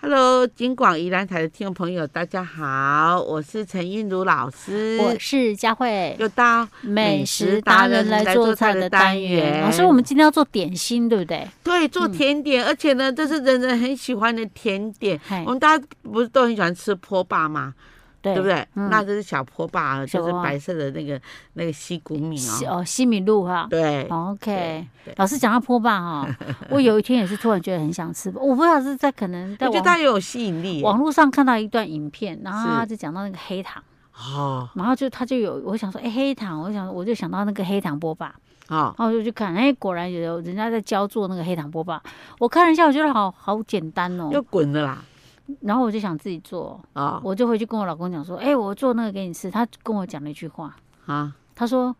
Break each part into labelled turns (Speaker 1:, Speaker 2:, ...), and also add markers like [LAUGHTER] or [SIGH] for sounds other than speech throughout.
Speaker 1: Hello，金广宜兰台的听众朋友，大家好，我是陈韵如老师，
Speaker 2: 我是佳慧。
Speaker 1: 又到
Speaker 2: 美食达人来做菜的单元，老师，我们今天要做点心，对不对？
Speaker 1: 对做甜点，而且呢，这是人人很喜欢的甜点。我们大家不是都很喜欢吃坡霸吗？
Speaker 2: 嗯哦对
Speaker 1: 对不对？
Speaker 2: 嗯
Speaker 1: 那这是小坡霸啊，
Speaker 2: 小
Speaker 1: 就
Speaker 2: 坡
Speaker 1: 是
Speaker 2: 霸
Speaker 1: 白色的那个那个西谷米
Speaker 2: 西
Speaker 1: 哦。
Speaker 2: 哦，西米露哈。哦
Speaker 1: 对，
Speaker 2: OK，
Speaker 1: 对对
Speaker 2: 老师讲到波霸哈， [LAUGHS] 我有一天也是突然觉得很想吃，我不知道是在可能在
Speaker 1: 我觉得
Speaker 2: 网
Speaker 1: 它也有吸引力耶。
Speaker 2: 网络上看到一段影片，然后他
Speaker 1: 是
Speaker 2: 就讲到那个黑糖，
Speaker 1: 哦
Speaker 2: 然后就他就有我想说，哎、黑糖，我想我就想到那个黑糖波霸，
Speaker 1: 哦，
Speaker 2: 然后我就去看，哎、果然有人家在教做那个黑糖波霸，我看了一下，我觉得好好简单哦、
Speaker 1: 又滚了啦！
Speaker 2: 然后我就想自己做，
Speaker 1: 哦
Speaker 2: 我就回去跟我老公讲说，哎、我做那个给你吃，他跟我讲了一句话，
Speaker 1: 啊，
Speaker 2: 他说。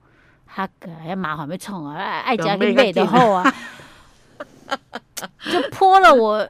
Speaker 2: 他哎呀，麻烦没冲啊，爱爱家
Speaker 1: 准备
Speaker 2: 跟背
Speaker 1: 较
Speaker 2: 的
Speaker 1: 紧
Speaker 2: 后啊， [LAUGHS] 就泼了我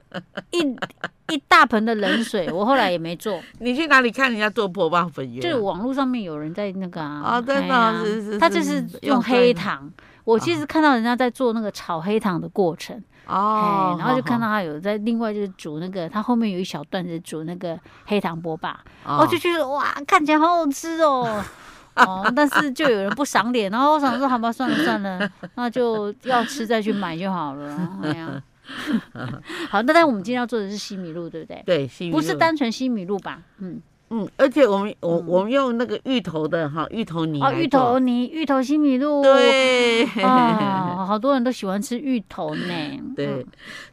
Speaker 2: 一 [LAUGHS] 一大盆的冷水。我后来也没做，
Speaker 1: 你去哪里看人家做坡霸粉圆啊？
Speaker 2: 就是网络上面有人在那个啊，
Speaker 1: 哦真的
Speaker 2: 哎呀
Speaker 1: 是是
Speaker 2: 他
Speaker 1: 是
Speaker 2: 就是
Speaker 1: 用
Speaker 2: 用黑
Speaker 1: 在
Speaker 2: 糖。我其实看到人家在做那个炒黑糖的过程，
Speaker 1: 哦
Speaker 2: 哎，，然后就看到
Speaker 1: 哦，
Speaker 2: 他有在另外就是煮那个，他后面有一小段是煮那个黑糖波霸，
Speaker 1: 哦
Speaker 2: 我就觉得哇，看起来好好吃哦。
Speaker 1: [LAUGHS]
Speaker 2: 哦，但是就有人不赏脸，然后我想说，好吧，算了算了，那就要吃再去买就好了。哎
Speaker 1: [LAUGHS]
Speaker 2: 呀，好，那但我们今天要做的是西米露，对不对？
Speaker 1: 对，西米
Speaker 2: 不是
Speaker 1: 露
Speaker 2: 单纯西米露吧？嗯，
Speaker 1: 嗯，而且我们我我们用那个芋头的哈，芋头泥
Speaker 2: 哦，
Speaker 1: 来
Speaker 2: 芋
Speaker 1: 做
Speaker 2: 头泥、芋头西米露，
Speaker 1: 对。 [LAUGHS]
Speaker 2: 啊，好多人都喜欢吃芋头呢。
Speaker 1: 对
Speaker 2: 嗯，，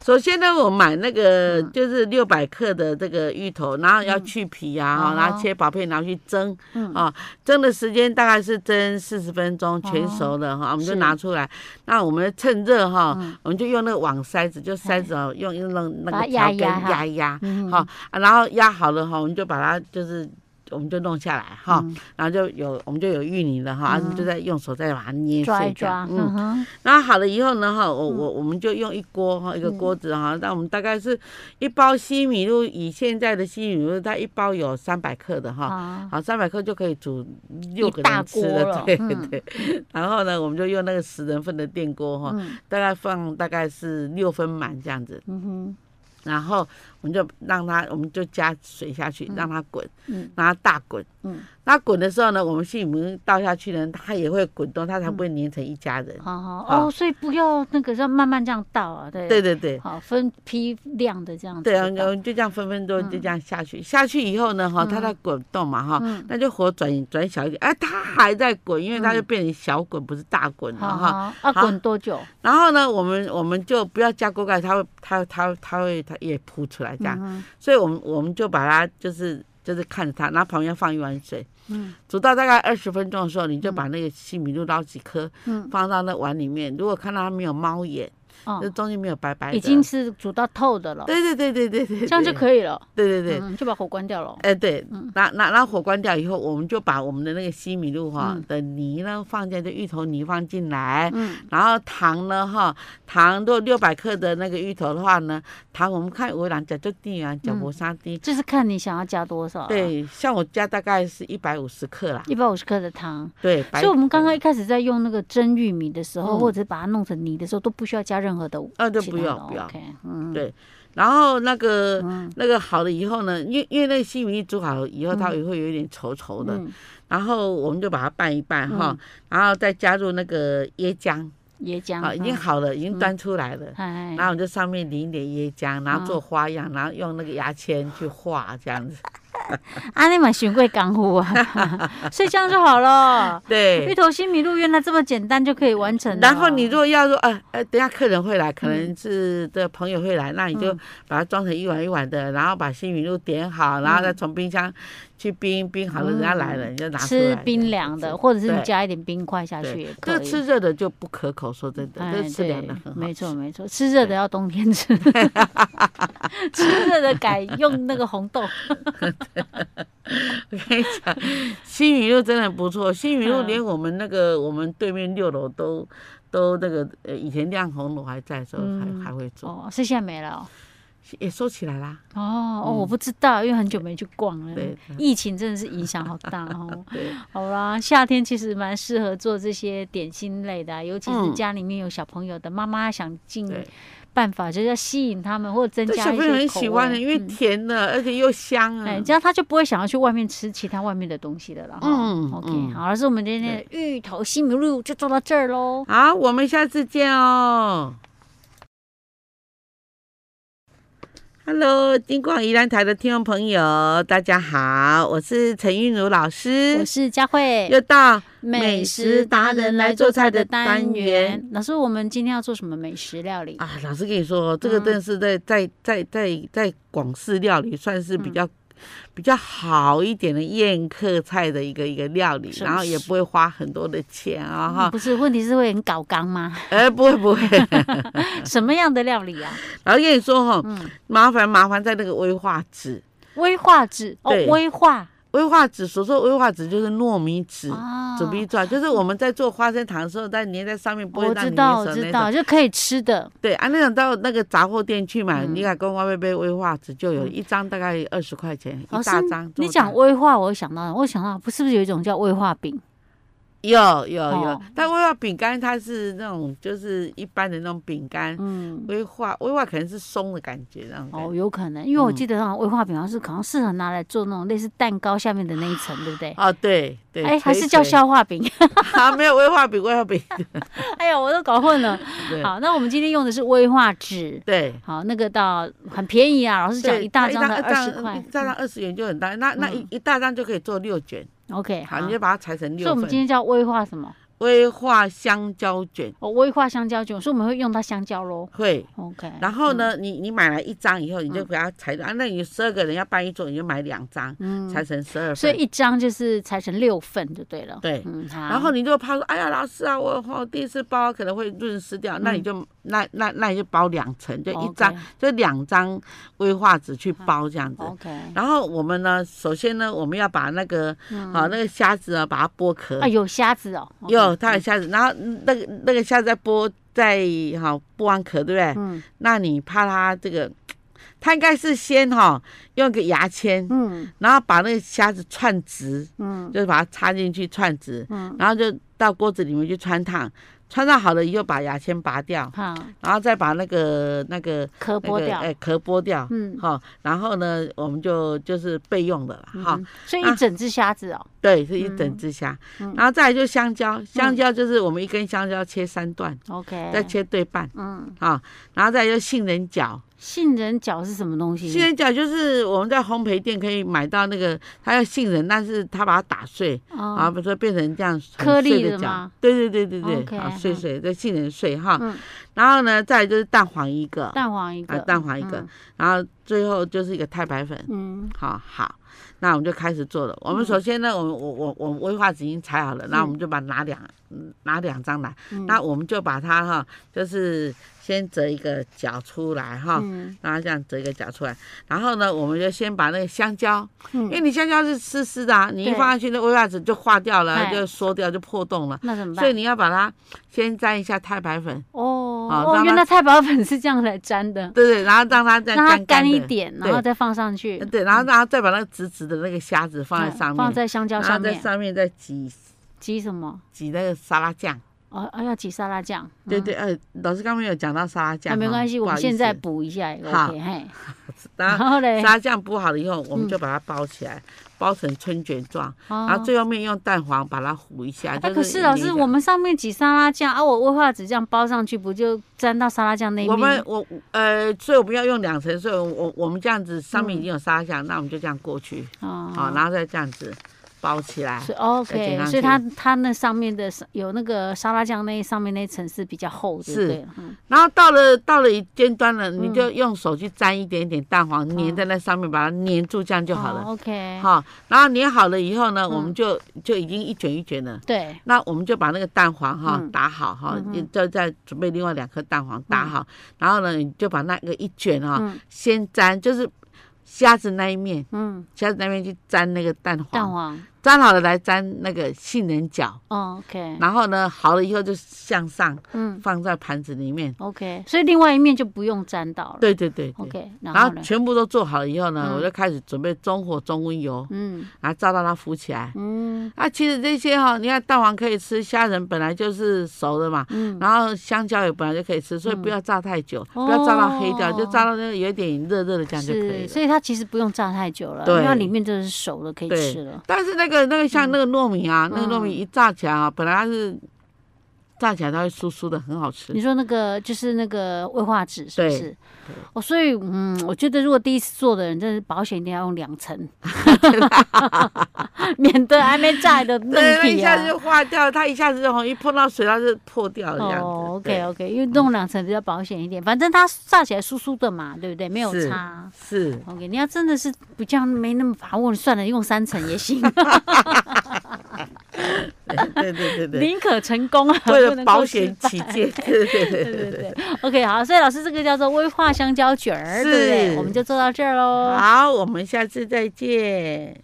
Speaker 1: 首先呢，我买那个就是六百克的这个芋头，然后要去皮啊，
Speaker 2: 哦
Speaker 1: 然后切薄片，然后去蒸
Speaker 2: 嗯，
Speaker 1: 啊。蒸的时间大概是蒸四十分钟，全
Speaker 2: 哦
Speaker 1: 熟了哈，我们就是拿出来。那我们趁热哈
Speaker 2: 嗯，哎
Speaker 1: 我们就用那个网筛子，就筛子哦，用用那
Speaker 2: 把
Speaker 1: 个
Speaker 2: 它
Speaker 1: 瓢
Speaker 2: 压
Speaker 1: 羹
Speaker 2: 一压哈
Speaker 1: 压一压，
Speaker 2: 嗯
Speaker 1: 好，啊然后压好了哈，我们就把它就是。我们就弄下来哈，
Speaker 2: 嗯
Speaker 1: 然后就有我们就有芋泥了哈，啊
Speaker 2: 嗯
Speaker 1: 就在用手再把它捏
Speaker 2: 抓
Speaker 1: 碎
Speaker 2: 一
Speaker 1: 这样
Speaker 2: 抓，嗯哼，
Speaker 1: 然后好了以后呢，哈，我我我们就用一锅哈，
Speaker 2: 嗯
Speaker 1: 一个锅子哈，那我们大概是一包西米露，以现在的西米露，它一包有三百克的哈，
Speaker 2: 啊，
Speaker 1: 好，三百克就可以煮六个
Speaker 2: 一大
Speaker 1: 人吃
Speaker 2: 锅
Speaker 1: 了，
Speaker 2: 了
Speaker 1: 对
Speaker 2: 嗯
Speaker 1: 对。然后呢，我们就用那个十人份的电锅哈，
Speaker 2: 嗯
Speaker 1: 大概放大概是六分满这样子，
Speaker 2: 嗯哼，
Speaker 1: 然后我们就让它，我们就加水下去，让它滚，
Speaker 2: 嗯
Speaker 1: 让它大滚。
Speaker 2: 嗯，
Speaker 1: 那滚的时候呢，我们西米露倒下去呢，它也会滚动，它才不会粘成一家人。
Speaker 2: 好好
Speaker 1: 好
Speaker 2: 哦，所以不要那个，要慢慢这样倒啊，对
Speaker 1: 对，对对。
Speaker 2: 好分批量的这样子
Speaker 1: 对啊，
Speaker 2: 倒，
Speaker 1: 然后就这样分分钟就这样下去，下去以后呢，哈，它在滚动嘛，哈
Speaker 2: 嗯，
Speaker 1: 那就火转转小一点，哎，它还在滚，因为它就
Speaker 2: 嗯
Speaker 1: 变成小滚，不是大滚了
Speaker 2: 好
Speaker 1: 哈。
Speaker 2: 好，要
Speaker 1: 好
Speaker 2: 滚多久？
Speaker 1: 然后呢，我们我们就不要加锅盖，它会它它它会它也扑出来这样，
Speaker 2: 嗯
Speaker 1: 所以我们我们就把它就是就是看着它，然后旁边放一碗水，
Speaker 2: 嗯
Speaker 1: 煮到大概二十分钟的时候，你就把那个西米露捞几颗
Speaker 2: 嗯，
Speaker 1: 放到那碗里面，如果看到它没有猫眼，就
Speaker 2: 哦，
Speaker 1: 中间没有白白的，
Speaker 2: 已经是煮到透的了，
Speaker 1: 对对对对对对，
Speaker 2: 这样就
Speaker 1: 以，
Speaker 2: 可以了，
Speaker 1: 对对对。
Speaker 2: 嗯，就把火关掉了。
Speaker 1: 哎、对，那那那火关掉以后，我们就把我们的那个西米露哈、
Speaker 2: 嗯
Speaker 1: 的泥呢放进，就芋头泥放进来，
Speaker 2: 嗯，
Speaker 1: 然后糖呢哈，糖如果六百克的那个芋头的话呢，糖我们看有人加就低
Speaker 2: 嗯
Speaker 1: 啊，加磨砂低，
Speaker 2: 就是看你想要加多少，，
Speaker 1: 对，像我家大概是一百五十克啦，
Speaker 2: 一百五十克的糖。
Speaker 1: 对，白
Speaker 2: 所以我们刚刚一开始在用那个蒸玉米的时候，
Speaker 1: 嗯
Speaker 2: 或者把它弄成泥的时候，都不需要加任何的其他
Speaker 1: 啊
Speaker 2: 的。
Speaker 1: 对不要不要
Speaker 2: OK，嗯，
Speaker 1: 对然后那个、那个好了以后呢，因为因为那个西米露煮好了以后，它也会有一点稠稠的，
Speaker 2: 嗯，
Speaker 1: 然后我们就把它拌一拌哈，然后再加入那个椰浆。啊
Speaker 2: 椰浆
Speaker 1: 好，已经
Speaker 2: 嗯
Speaker 1: 好了，已经端出来了。
Speaker 2: 哎，
Speaker 1: 然后我们就上面淋一点椰浆，
Speaker 2: 嗯
Speaker 1: 然后做花样，然后用那个牙签去画这样
Speaker 2: [LAUGHS]
Speaker 1: 子。
Speaker 2: 啊，那蛮循规港虎啊， [LAUGHS] 所以这样就好了。
Speaker 1: [LAUGHS]
Speaker 2: 芋
Speaker 1: 对，
Speaker 2: 头西米露原来这么简单就可以完成了。
Speaker 1: 然后你如果要说，呃呃，等一下客人会来，可
Speaker 2: 嗯
Speaker 1: 能是的朋友会来，那你就把它装成一碗一碗的，然后把西米露点好，然后
Speaker 2: 嗯
Speaker 1: 再从冰箱去冰，冰好了人家来了你就拿出来
Speaker 2: 吃冰凉的，
Speaker 1: 吃
Speaker 2: 或者是你
Speaker 1: 对
Speaker 2: 加一点冰块下去也
Speaker 1: 这
Speaker 2: 可
Speaker 1: 个
Speaker 2: 以。
Speaker 1: 吃热的就不可口，说真的，这
Speaker 2: 哎
Speaker 1: 个吃凉的很
Speaker 2: 对
Speaker 1: 好
Speaker 2: 没。错没错，吃热的要冬天吃，吃热的改用那个红豆。
Speaker 1: [LAUGHS] 我跟你讲，西米露真的很不错，西米露
Speaker 2: 嗯
Speaker 1: 连我们那个、我们对面六楼都都那个呃，以前亮红楼还在的时候还、
Speaker 2: 嗯
Speaker 1: 还会做，
Speaker 2: 哦，是现在没了哦。
Speaker 1: 也收起来啦。
Speaker 2: 哦哦，我不知道，因为很久没去逛了
Speaker 1: 嗯对。
Speaker 2: 疫情真的是影响好大
Speaker 1: [LAUGHS]
Speaker 2: 哦。
Speaker 1: 对，
Speaker 2: 好啦，夏天其实蛮适合做这些点心类的啊、尤其是
Speaker 1: 嗯
Speaker 2: 家里面有小朋友的妈妈想进
Speaker 1: 对
Speaker 2: 办法，就是要吸引他们或者增
Speaker 1: 这
Speaker 2: 加
Speaker 1: 小
Speaker 2: 一
Speaker 1: 朋友
Speaker 2: 些
Speaker 1: 很
Speaker 2: 口
Speaker 1: 喜欢的，
Speaker 2: 味
Speaker 1: 因为
Speaker 2: 嗯
Speaker 1: 甜的，而且又香啊
Speaker 2: 哎，。这样他就不会想要去外面吃其他外面的东西的了哈。
Speaker 1: 嗯
Speaker 2: o k
Speaker 1: 嗯
Speaker 2: 好，是我们今天的芋头西米露就做到这儿喽。
Speaker 1: 好，我们下次见哦。Hello，金广宜兰台的听众朋友，大家好，我是陈韵如老师
Speaker 2: 我，是佳慧，
Speaker 1: 又到
Speaker 2: 美食达人来做菜的单元。老师，我们今天要做什么美食料理？
Speaker 1: 啊，老师跟你说，这个
Speaker 2: 嗯
Speaker 1: 真的是在在在在在广式料理算是
Speaker 2: 嗯
Speaker 1: 比较、比较好一点的宴客菜的一个一个料理，
Speaker 2: 是
Speaker 1: 然后也不会花很多的钱啊、
Speaker 2: 嗯
Speaker 1: 哈。
Speaker 2: 不是，问题是会很搞刚吗？
Speaker 1: [LAUGHS] 哎、不会
Speaker 2: [LAUGHS]
Speaker 1: 不会，
Speaker 2: 什么样的料理啊？
Speaker 1: 老师跟你说哈、
Speaker 2: 嗯，
Speaker 1: 麻烦麻烦在那个威化纸，
Speaker 2: 威化纸哦
Speaker 1: 对，
Speaker 2: 威化
Speaker 1: 威化纸所说的威化纸就是糯米纸。
Speaker 2: 啊
Speaker 1: 煮冰状就是我们在做花生糖的时候，在粘在上面不会
Speaker 2: 哦我
Speaker 1: 让
Speaker 2: 知
Speaker 1: 你
Speaker 2: 道，我
Speaker 1: 粘
Speaker 2: 知
Speaker 1: 手那
Speaker 2: 道，
Speaker 1: 种。
Speaker 2: 就可以吃的。
Speaker 1: 对啊，那种到那个杂货店去买，
Speaker 2: 嗯
Speaker 1: 你敢跟外面被威化纸就有
Speaker 2: 嗯
Speaker 1: 一张大概二十块钱，
Speaker 2: 老
Speaker 1: 一
Speaker 2: 师
Speaker 1: 大张。这
Speaker 2: 你
Speaker 1: 么大
Speaker 2: 讲威化，我想到了，我想到不是不是有一种叫威化饼？
Speaker 1: 有有有
Speaker 2: 哦，
Speaker 1: 但威化饼干它是那种就是一般的那种饼干，
Speaker 2: 嗯，
Speaker 1: 威化威化可能是松的感觉那种感
Speaker 2: 哦，
Speaker 1: 觉。
Speaker 2: 有可能，因为我
Speaker 1: 嗯
Speaker 2: 记得好像威化饼好像是好像适合拿来做那种类似蛋糕下面的那一层，对不对？
Speaker 1: 哦，对对，
Speaker 2: 哎，还
Speaker 1: 垂
Speaker 2: 是叫
Speaker 1: 垂
Speaker 2: 消化饼？
Speaker 1: [LAUGHS]
Speaker 2: [LAUGHS]
Speaker 1: 啊？没有威化饼，威化饼，
Speaker 2: 哎呀，我都搞混了。
Speaker 1: [LAUGHS] 对
Speaker 2: 好，那我们今天用的是威化纸， [LAUGHS]
Speaker 1: 对。
Speaker 2: 好，那个到很便宜啊，老师讲
Speaker 1: 对
Speaker 2: 一大
Speaker 1: 它
Speaker 2: 张的
Speaker 1: 一
Speaker 2: 二十块
Speaker 1: 一大张二十元就很大，那那一一大张就可以做六卷，
Speaker 2: 嗯，OK，
Speaker 1: 好，
Speaker 2: 好，
Speaker 1: 你
Speaker 2: 所
Speaker 1: 就把它裁成
Speaker 2: 以我
Speaker 1: 六
Speaker 2: 们今
Speaker 1: 份。
Speaker 2: 天叫威化什么？
Speaker 1: 威化香蕉卷
Speaker 2: 哦，威化香蕉卷，所以我们会用到香蕉喽
Speaker 1: 会，
Speaker 2: ，OK。
Speaker 1: 然后呢，
Speaker 2: 嗯
Speaker 1: 你你买来一张以后，你就给它裁啊，那你十二个人要办一桌，你就买两张，
Speaker 2: 嗯，
Speaker 1: 裁
Speaker 2: 嗯，
Speaker 1: 成十二份。
Speaker 2: 所以一张就是裁成六份就对了。
Speaker 1: 对
Speaker 2: 嗯，好。
Speaker 1: 然后你就怕说，哎呀，老师啊，我我第一次包可能会润湿掉，那
Speaker 2: 嗯
Speaker 1: 你就那那那你就包两层，就一张、就两张威化纸去包这样子。
Speaker 2: OK，OK。
Speaker 1: 然后我们呢，首先呢，我们要把那个
Speaker 2: 嗯
Speaker 1: 好、那个虾子啊，把它剥壳
Speaker 2: 啊，，有虾子哦。OK，
Speaker 1: 有它的虾子，然后那个那个虾子在剥在好剥完壳，对不对？
Speaker 2: 嗯
Speaker 1: 那你怕它这个，它应该是先哈、用个牙签，
Speaker 2: 嗯
Speaker 1: 然后把那个虾子串直，
Speaker 2: 嗯
Speaker 1: 就是把它插进去串直，
Speaker 2: 嗯，
Speaker 1: 然后就到锅子里面去穿烫，穿烫好了以后把牙签拔掉，
Speaker 2: 好，
Speaker 1: 然后再把那个那个
Speaker 2: 壳
Speaker 1: 那
Speaker 2: 剥
Speaker 1: 个
Speaker 2: 掉。
Speaker 1: 哎壳剥掉，
Speaker 2: 嗯，
Speaker 1: 好、然后呢我们就就是备用的了哈、
Speaker 2: 嗯，所以
Speaker 1: 啊
Speaker 2: 一整只虾子哦，
Speaker 1: 对，是一整
Speaker 2: 嗯
Speaker 1: 只虾，
Speaker 2: 嗯
Speaker 1: 然后再来就香蕉，香蕉就是我们一根香蕉切三段，
Speaker 2: OK，
Speaker 1: 再切对半。
Speaker 2: 嗯，
Speaker 1: 啊、然后再来就杏仁角，
Speaker 2: 杏仁角是什么东西？
Speaker 1: 杏仁角就是我们在烘焙店可以买到那个，它要杏仁，但是它把它打碎，啊，
Speaker 2: 啊，
Speaker 1: 比如说变成这样很
Speaker 2: 颗粒
Speaker 1: 碎
Speaker 2: 的
Speaker 1: 角
Speaker 2: 吗
Speaker 1: 对对对对对，
Speaker 2: OK，
Speaker 1: 啊，碎
Speaker 2: 嗯
Speaker 1: 碎这杏仁碎哈
Speaker 2: 嗯，
Speaker 1: 然后呢，再来就是蛋黄一个，
Speaker 2: 蛋黄一
Speaker 1: 啊
Speaker 2: 个，
Speaker 1: 蛋黄一个，然后最后就是一个太白粉，
Speaker 2: 嗯，嗯，
Speaker 1: 好好，那我们就开始做了。我们首先呢，我们我我我我威化纸已经裁好了，那我们就把拿两嗯拿两张来，
Speaker 2: 嗯
Speaker 1: 那我们就把它哈，就是先折一个角出来哈。
Speaker 2: 嗯
Speaker 1: 然后这样折一个角出来，然后呢，我们就先把那个香蕉，因为
Speaker 2: 嗯，
Speaker 1: 你香蕉是湿湿的、啊，你一
Speaker 2: 对
Speaker 1: 放上去，那微辣子就化掉了，
Speaker 2: 哎
Speaker 1: 就缩掉，就破洞了。
Speaker 2: 那怎么办？
Speaker 1: 所以你要把它先沾一下太白粉，
Speaker 2: 哦
Speaker 1: 啊让
Speaker 2: 哦，
Speaker 1: 它
Speaker 2: 原来太白粉是这样来粘的，
Speaker 1: 对对，然后让它再
Speaker 2: 让它
Speaker 1: 干
Speaker 2: 干
Speaker 1: 干
Speaker 2: 一
Speaker 1: 的，
Speaker 2: 点，
Speaker 1: 对
Speaker 2: 然后再放上去，
Speaker 1: 对，然后然后再把那个直直的那个虾子放在
Speaker 2: 嗯
Speaker 1: 上面，
Speaker 2: 放在香蕉
Speaker 1: 然
Speaker 2: 上
Speaker 1: 后在
Speaker 2: 面，
Speaker 1: 上面再挤
Speaker 2: 挤什么？
Speaker 1: 挤那个沙拉酱。
Speaker 2: 哦，啊要挤沙拉酱，
Speaker 1: 对
Speaker 2: 嗯，
Speaker 1: 对，呃，老师刚刚没有讲到沙拉酱哈，
Speaker 2: 那啊没关系，
Speaker 1: 不
Speaker 2: 我
Speaker 1: 好意
Speaker 2: 们现在
Speaker 1: 思
Speaker 2: 补一下也
Speaker 1: 好
Speaker 2: ，OK，嘿，
Speaker 1: 然
Speaker 2: 然 [LAUGHS]
Speaker 1: 后
Speaker 2: 后嘞
Speaker 1: 沙，拉酱剥好了以后，我们
Speaker 2: 嗯
Speaker 1: 就把它包起来，包成春卷状。然后啊
Speaker 2: 哦。
Speaker 1: 最后面用蛋黄把它糊一下。
Speaker 2: 哎，
Speaker 1: 啊就
Speaker 2: 可是老
Speaker 1: 捏
Speaker 2: 师，
Speaker 1: 一下
Speaker 2: 我们上面挤沙拉酱啊，我威化纸这样包上去，不就沾到沙拉酱那一
Speaker 1: 我们
Speaker 2: 面？
Speaker 1: 我呃，所以我们要用两层，所以我我我们这样子上面已经有沙酱，那我们就这样过去，
Speaker 2: 嗯哦
Speaker 1: 好，然后再这样子包起来。
Speaker 2: 所以
Speaker 1: 再卷
Speaker 2: OK，
Speaker 1: 上
Speaker 2: 所以
Speaker 1: 去
Speaker 2: 它它那上面的是有那个沙拉酱那一上面那一层是比较厚的，
Speaker 1: 是
Speaker 2: 对了，嗯
Speaker 1: 然后到了到了一尖端了，你
Speaker 2: 嗯
Speaker 1: 就用手去沾一点点蛋黄，粘在那上面，把它粘住，这样就好
Speaker 2: 哦
Speaker 1: 了。
Speaker 2: OK，
Speaker 1: 好，然后粘好了以后呢，
Speaker 2: 嗯
Speaker 1: 我们就就已经一卷一卷了。
Speaker 2: 对，
Speaker 1: 那我们就把那个蛋黄哈
Speaker 2: 嗯
Speaker 1: 打好哈
Speaker 2: 嗯，哼
Speaker 1: 也就再准备另外两颗蛋黄打好，然后呢你就把那个一卷哈，
Speaker 2: 嗯
Speaker 1: 先沾，就是虾子那一面，
Speaker 2: 嗯，
Speaker 1: 虾子那一面去沾那个蛋黄，
Speaker 2: 蛋黄，
Speaker 1: 沾好了来沾那个杏仁角，
Speaker 2: 哦，OK，
Speaker 1: 然后呢好了以后就向上
Speaker 2: 嗯
Speaker 1: 放在盘子里面。
Speaker 2: ，OK，所以另外一面就不用沾到了。
Speaker 1: 对对对对。
Speaker 2: ，OK，然
Speaker 1: 然
Speaker 2: 后
Speaker 1: 后
Speaker 2: 呢？
Speaker 1: 全部都做好了以后呢，
Speaker 2: 嗯
Speaker 1: 我就开始准备中火中温油，
Speaker 2: 嗯
Speaker 1: 然后照到它浮起来。
Speaker 2: 嗯
Speaker 1: 啊，其实这些哈、你看蛋黄可以吃，虾仁本来就是熟的嘛，
Speaker 2: 嗯，
Speaker 1: 然后香蕉也本来就可以吃，所以不要炸太久，
Speaker 2: 哦
Speaker 1: 不要炸到黑掉，就炸到那个有一点热热的这样就可以
Speaker 2: 是，
Speaker 1: 了。
Speaker 2: 所以它其实不用炸太久了，因
Speaker 1: 对
Speaker 2: 为它里面就是熟了，可以
Speaker 1: 对
Speaker 2: 吃了。
Speaker 1: 但是那个那个像那个糯米啊，
Speaker 2: 嗯
Speaker 1: 那个糯米一炸起来啊，本来它是炸起来它会酥酥的，很好吃
Speaker 2: 你。说那个就是那个胃化纸是不
Speaker 1: 对
Speaker 2: 是
Speaker 1: 对？
Speaker 2: 哦，所以嗯，我觉得如果第一次做的人，真是保险一定要用两
Speaker 1: [LAUGHS]
Speaker 2: 层， [LAUGHS] 免得还没炸的
Speaker 1: 对，
Speaker 2: 嫩
Speaker 1: 它一
Speaker 2: 皮
Speaker 1: 下子
Speaker 2: 啊。
Speaker 1: 就化掉，它一下子就红，一碰到水它就破掉了这样子。
Speaker 2: 哦
Speaker 1: 对嗯
Speaker 2: ，OK OK，因为弄两层比较保险一点，反正它炸起来酥酥的嘛，对不对？没有
Speaker 1: 是
Speaker 2: 差。
Speaker 1: 是。
Speaker 2: OK，你要真的是比较没那么把握，算了，用三层也行，
Speaker 1: 对对 [LAUGHS] 对
Speaker 2: [LAUGHS]
Speaker 1: 对，
Speaker 2: 宁可成功啊，
Speaker 1: [LAUGHS] 为
Speaker 2: 不
Speaker 1: 了
Speaker 2: 能够
Speaker 1: 保
Speaker 2: 失
Speaker 1: 险
Speaker 2: 败
Speaker 1: 起见，对对对
Speaker 2: 对
Speaker 1: 对对。
Speaker 2: 对对，OK，好，所以老师这个叫做微化香蕉卷儿，对不对？
Speaker 1: 是
Speaker 2: 我们就做到这儿喽。
Speaker 1: 好，我们下次再见。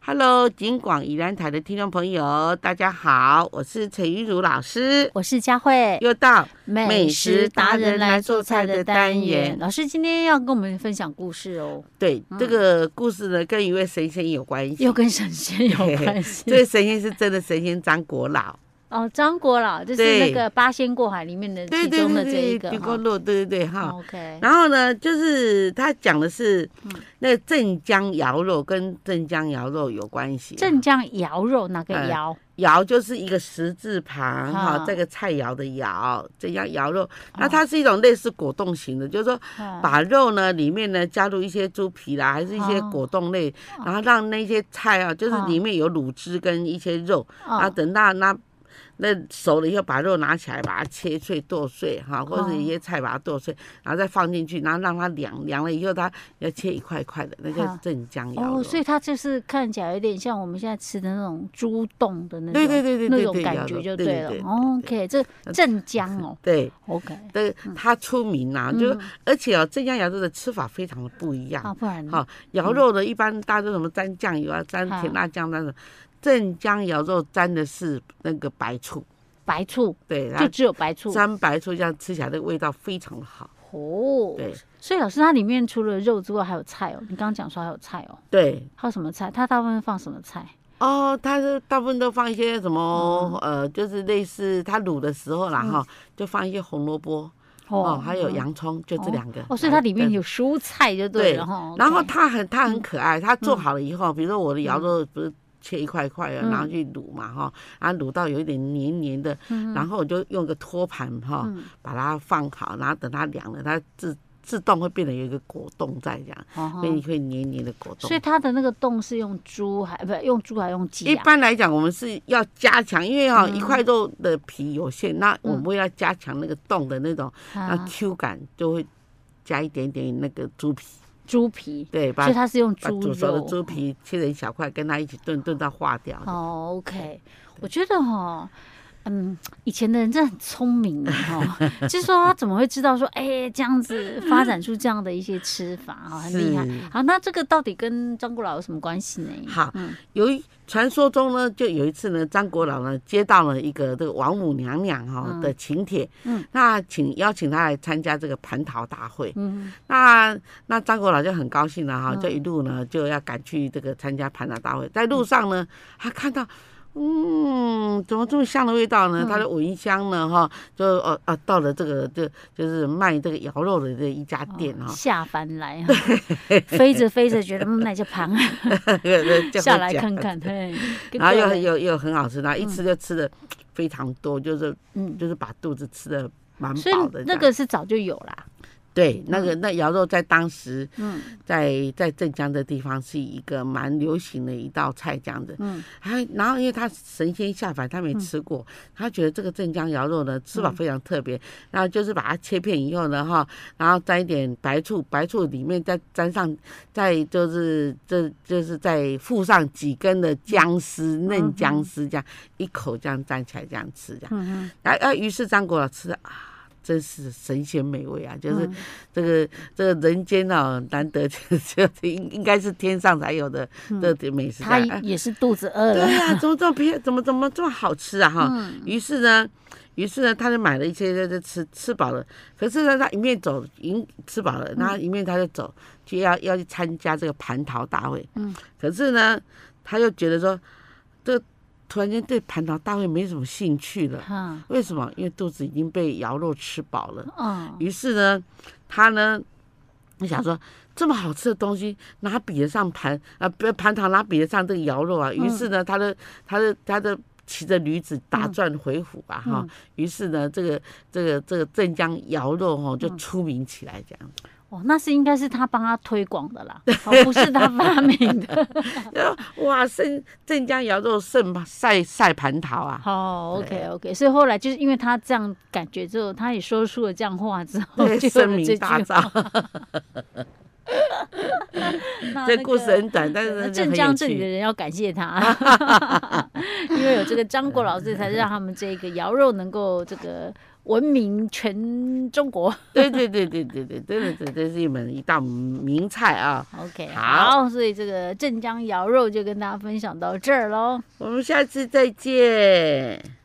Speaker 1: Hello，金广宜兰台的听众朋友，大家好，我是陈玉茹老师，
Speaker 2: 我是佳慧，
Speaker 1: 又到
Speaker 2: 美
Speaker 1: 美
Speaker 2: 食
Speaker 1: 食
Speaker 2: 达
Speaker 1: 达
Speaker 2: 人
Speaker 1: 人
Speaker 2: 来
Speaker 1: 来
Speaker 2: 做
Speaker 1: 做
Speaker 2: 菜
Speaker 1: 菜
Speaker 2: 的
Speaker 1: 的
Speaker 2: 单
Speaker 1: 单
Speaker 2: 元。
Speaker 1: 元
Speaker 2: 老师今天要跟我们分享故事
Speaker 1: [LAUGHS]
Speaker 2: 哦，
Speaker 1: 对、这个故事呢，跟一位神仙有关系
Speaker 2: 又。跟神仙有关
Speaker 1: [LAUGHS] 这
Speaker 2: 系
Speaker 1: 个神仙是真的神仙张国
Speaker 2: [LAUGHS]
Speaker 1: 老，
Speaker 2: 哦。张国老就是
Speaker 1: 对
Speaker 2: 那个《八仙过海》里面的
Speaker 1: 对
Speaker 2: 其
Speaker 1: 对
Speaker 2: 中
Speaker 1: 对
Speaker 2: 的这一
Speaker 1: 对，
Speaker 2: 个哦
Speaker 1: 金
Speaker 2: 哈
Speaker 1: 光。路，对对对哈。
Speaker 2: OK，
Speaker 1: 然后呢，就是他讲的是
Speaker 2: 嗯
Speaker 1: 那个镇江肴肉跟镇江肴肉有关系。
Speaker 2: 镇江肴肉哪个
Speaker 1: 哎
Speaker 2: 肴？
Speaker 1: 肴就是一个十字旁
Speaker 2: 啊
Speaker 1: 哈，这个菜肴的肴，这样肴
Speaker 2: 哦
Speaker 1: 肉。那它是一种类似果冻型的，就是说
Speaker 2: 嗯
Speaker 1: 把肉呢里面呢加入一些猪皮啦，还是一些
Speaker 2: 哦
Speaker 1: 果冻类，然后让那些菜啊，就是
Speaker 2: 啊
Speaker 1: 里面有卤汁跟一些肉，然后
Speaker 2: 哦
Speaker 1: 等到那那熟了以后，把肉拿起来，把它切碎剁碎哈，或者
Speaker 2: 哦
Speaker 1: 一些菜把它剁碎，然后再放进去，然后让它凉凉了以后，它要切一块一块的，那叫
Speaker 2: 啊
Speaker 1: 镇江肴肉
Speaker 2: 哦，。所以它就是看起来有点像我们现在吃的那种猪冻的那种，
Speaker 1: 对对对对
Speaker 2: 那
Speaker 1: 对
Speaker 2: 种
Speaker 1: 对，
Speaker 2: 感
Speaker 1: 肴
Speaker 2: 觉
Speaker 1: 肉
Speaker 2: 就
Speaker 1: 对
Speaker 2: 对了。哦 OK，这镇江哦
Speaker 1: 对。
Speaker 2: ，OK，
Speaker 1: 对，它出名啊，
Speaker 2: 嗯
Speaker 1: 就是而且哦，镇江肴肉的吃法非常的不一样。
Speaker 2: 啊，不然呢
Speaker 1: 好，肴肉呢，一般大家都什么沾酱油啊，沾
Speaker 2: 好
Speaker 1: 甜辣酱那种。镇江肴肉沾的是那个白醋，
Speaker 2: 白醋
Speaker 1: 对，
Speaker 2: 就
Speaker 1: 它
Speaker 2: 只有白醋
Speaker 1: 沾白醋这样吃起来的味道非常的好。
Speaker 2: 哦，
Speaker 1: 对
Speaker 2: 所以老师，它里面除了肉之外还有菜哦。你刚刚讲说还有菜哦，
Speaker 1: 对，
Speaker 2: 还有什么菜？它大部分放什么菜？
Speaker 1: 哦，它是大部分都放一些什么
Speaker 2: 嗯
Speaker 1: 呃，就是类似它卤的时候啦哈，就放一些红萝卜哦，还有
Speaker 2: 嗯
Speaker 1: 洋葱，就这两个。
Speaker 2: 哦，所以它里面
Speaker 1: 对
Speaker 2: 有蔬菜就对了哈。
Speaker 1: 然后
Speaker 2: OK 嗯
Speaker 1: 它很它很可爱，它做好了以后，比如说我的肴肉不是切一块一块的，
Speaker 2: 嗯
Speaker 1: 然后去卤嘛哈，然后卤到有一点黏黏的，然后我就用个托盘哈
Speaker 2: 嗯，
Speaker 1: 把它放好，然后等它凉了，它自自动会变得有一个果冻在这样，
Speaker 2: 哦哈
Speaker 1: 所以你会黏黏的果冻
Speaker 2: 所以。它的那个冻是用猪还不用猪还用鸡
Speaker 1: 一
Speaker 2: 啊？嗯
Speaker 1: 般来讲，我们是要加强，因为哈、一块肉的皮有限，那我们会要加强那个冻的那种，那
Speaker 2: 啊，
Speaker 1: Q 感就会加一点点那个猪皮，
Speaker 2: 猪皮，
Speaker 1: 对，把
Speaker 2: 所以它是用
Speaker 1: 把
Speaker 2: 猪
Speaker 1: 煮熟的猪
Speaker 2: 肉。
Speaker 1: 皮切成小块，跟它一起炖，炖到化掉。
Speaker 2: 哦，OK，我觉得哈。嗯，以前的人真的很聪明
Speaker 1: [LAUGHS]
Speaker 2: 哦，就是说他怎么会知道说，哎、这样子发展出这样的一些吃法啊，很厉害。
Speaker 1: 是
Speaker 2: 好，那这个到底跟张国老有什么关系呢？
Speaker 1: 嗯好
Speaker 2: 嗯，
Speaker 1: 由于传说中呢，就有一次呢，张国老呢接到了一个这个王母娘娘哈、
Speaker 2: 嗯
Speaker 1: 的请帖，
Speaker 2: 嗯，
Speaker 1: 那请邀请他来参加这个蟠桃大会，
Speaker 2: 嗯，
Speaker 1: 那那张国老就很高兴了哈、
Speaker 2: 嗯
Speaker 1: 就一路呢就要赶去这个参加蟠桃大会，在路上呢，他看到。嗯，怎么这么香的味道呢？
Speaker 2: 嗯
Speaker 1: 他就闻一香呢，哈、就哦啊，到了这个就就是卖这个肴肉的这一家
Speaker 2: 哦
Speaker 1: 店哈、
Speaker 2: 下凡
Speaker 1: [LAUGHS]
Speaker 2: 来啊，飞着飞着觉得嗯那就盘
Speaker 1: [LAUGHS] 就会
Speaker 2: 下来
Speaker 1: 讲
Speaker 2: 看看，嘿，
Speaker 1: 然后又
Speaker 2: 对
Speaker 1: 又又很好吃，然后一吃就吃的非常多，就是
Speaker 2: 嗯，
Speaker 1: 就是把肚子吃的蛮
Speaker 2: 所以
Speaker 1: 饱的这样。
Speaker 2: 那个嗯是早就有啦，
Speaker 1: 对那个那肴肉在当时
Speaker 2: 嗯
Speaker 1: 在在镇江的地方是一个蛮流行的一道菜这样子。
Speaker 2: 嗯，
Speaker 1: 还然后因为他神仙下凡，他没吃过，他觉得这个镇江肴肉呢
Speaker 2: 嗯
Speaker 1: 吃法非常特别，然后就是把它切片以后呢哈，然后沾一点白醋，白醋里面再沾上，再就是这就是再附上几根
Speaker 2: 嗯
Speaker 1: 的姜丝，嫩姜丝这样一口这样蘸起来这样吃这样，呃
Speaker 2: 嗯
Speaker 1: 然后啊于是张国老吃了啊。真是神仙美味啊！就是
Speaker 2: 嗯
Speaker 1: 这个、这个人间哦，难得 [LAUGHS] 这这应应该是天上才有的这点美食、啊
Speaker 2: 嗯他
Speaker 1: 哎
Speaker 2: 也是肚子饿
Speaker 1: 对
Speaker 2: 了，
Speaker 1: 呀、怎么这么便怎么怎么这么好吃啊哈！ [LAUGHS]
Speaker 2: 嗯
Speaker 1: 于是呢，于是呢，他就买了一些，就吃吃饱了。可是呢，他一面走，已经吃饱
Speaker 2: 嗯
Speaker 1: 了，然后一面他就走，就要要去参加这个蟠桃大会。
Speaker 2: 嗯，
Speaker 1: 可是呢，他又觉得说，这突然间对蟠桃大会没什么兴趣了。
Speaker 2: 嗯
Speaker 1: 为什么？因为肚子已经被肴肉吃饱了。
Speaker 2: 嗯
Speaker 1: 于是呢，他呢，我想说，这么好吃的东西哪比得上盘啊？不，蟠桃哪比得上这个肴肉啊？于是呢，他的他的他的骑着驴子打转回府啊，哈、
Speaker 2: 嗯
Speaker 1: 于是呢，这个这个这个镇江肴肉哈、就出名起来，这样。
Speaker 2: 哦，那是应该是他帮他推广的
Speaker 1: [LAUGHS]
Speaker 2: 啦，哦不是他发明的。
Speaker 1: 然后哇，镇镇江肴肉胜赛赛蟠桃啊！
Speaker 2: 好
Speaker 1: 对
Speaker 2: ，OK OK，所以哦后来就是因为他这样感觉之后，他也说出了这样话之后，
Speaker 1: 对，
Speaker 2: 就有
Speaker 1: 声
Speaker 2: 了
Speaker 1: 名
Speaker 2: 这句
Speaker 1: 大
Speaker 2: 话。哦
Speaker 1: 噪。
Speaker 2: 那
Speaker 1: 这
Speaker 2: 那
Speaker 1: 故事
Speaker 2: 个
Speaker 1: 很短，但是
Speaker 2: 那
Speaker 1: 呢
Speaker 2: 镇
Speaker 1: 很
Speaker 2: 江
Speaker 1: 有
Speaker 2: 这里的
Speaker 1: 趣。
Speaker 2: 人要感谢他，
Speaker 1: [LAUGHS]
Speaker 2: 因为有这个张国老师，
Speaker 1: 嗯
Speaker 2: 才让他们这个肴肉能够这个闻名全中国。
Speaker 1: 对对对对对对，真的这这是一门一道名菜啊！
Speaker 2: OK，
Speaker 1: 好
Speaker 2: 好，所以这个镇江肴肉就跟大家分享到这儿喽。
Speaker 1: 我们下次再见。